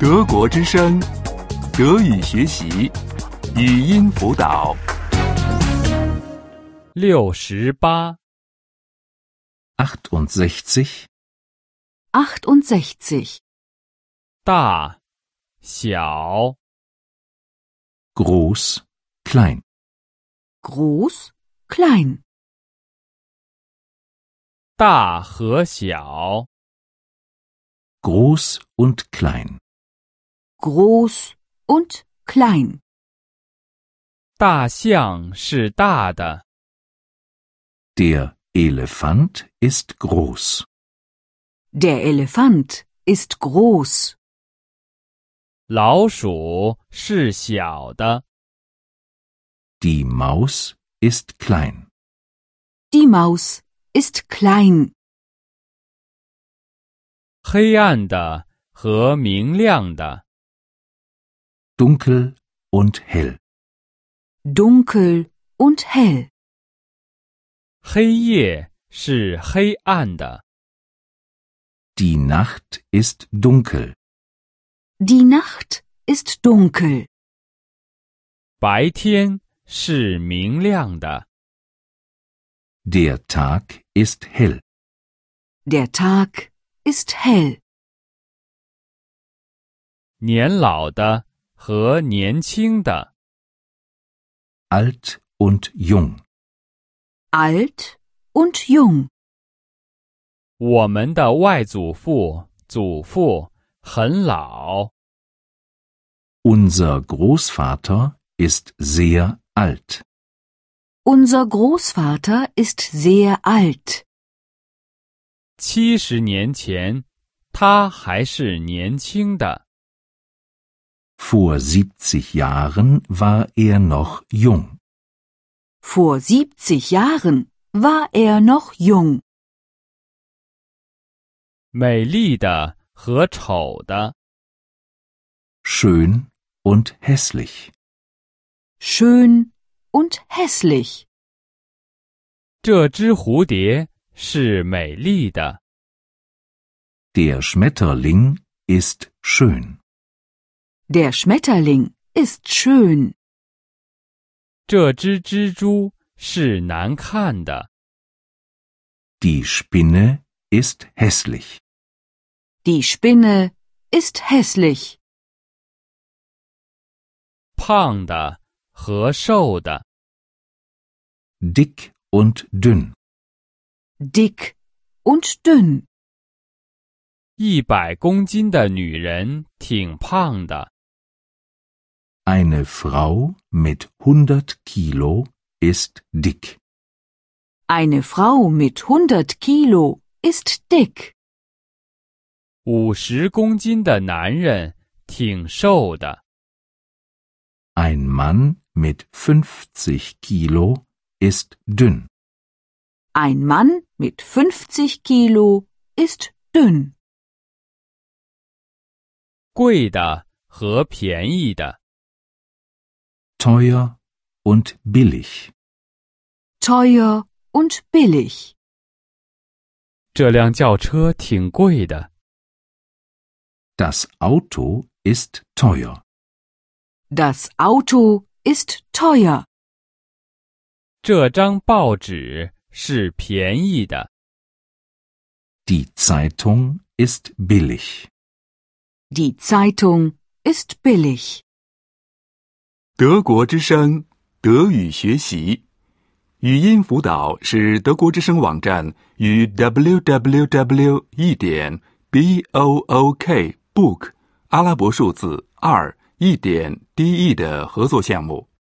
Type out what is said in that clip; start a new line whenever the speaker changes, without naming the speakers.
德国之声，德语学习，语音辅导。
六十八，
68.
68.
大、小、
Groß, klein.
Groß, klein.
大和小、
Groß und klein.
Groß und klein.
大象是大的，
Der Elefant ist groß.
Der Elefant ist groß.
老鼠是小的，
Die Maus ist klein.
Die Maus ist klein.
黑暗的和明亮的，
Dunkel und hell.
Dunkel und hell.
黑夜是黑暗的，
Die Nacht ist dunkel.
Die Nacht ist dunkel.
白天是明亮的。
Der Tag ist hell.
Der Tag ist hell.
年老的和年轻的，
Alt und jung.
Alt und jung.
我们的外祖父、祖父很老，
Unser Großvater ist sehr alt.
Unser Großvater ist sehr alt.
七十年前他还是年轻的。
Vor 70 Jahren war er noch jung.
Vor 70 Jahren war er noch jung.
美丽的和丑的，
Schön und hässlich.
Schön und hässlich.
这只蝴蝶是美丽的，
Der Schmetterling ist schön.
Der Schmetterling ist schön.
这只蜘蛛是难看的，
Die Spinne ist hässlich.
Die Spinne ist hässlich.
胖的和瘦的，
Dick und dünn.
Dick und dünn.
一百公斤的女人挺胖的，
Eine Frau mit 100 Kilo ist dick.
Eine Frau mit 100 Kilo ist dick.
五十公斤的男人挺瘦的，
Ein Mann mit 50 Kilo ist dünn.
Ein Mann mit 50 Kilo ist dünn.
贵的和便宜的，
Teuer und billig.
Teuer und billig.
这辆轿车挺贵的，
Das Auto ist teuer.
Das Auto ist teuer.
这张报纸是便宜的，
Die Zeitung ist billig.
Die Zeitung ist billig.
德国之声德语学习语音辅导是德国之声网站与 www. 一点 b o o k book 阿拉伯数字二一点 d e 的合作项目。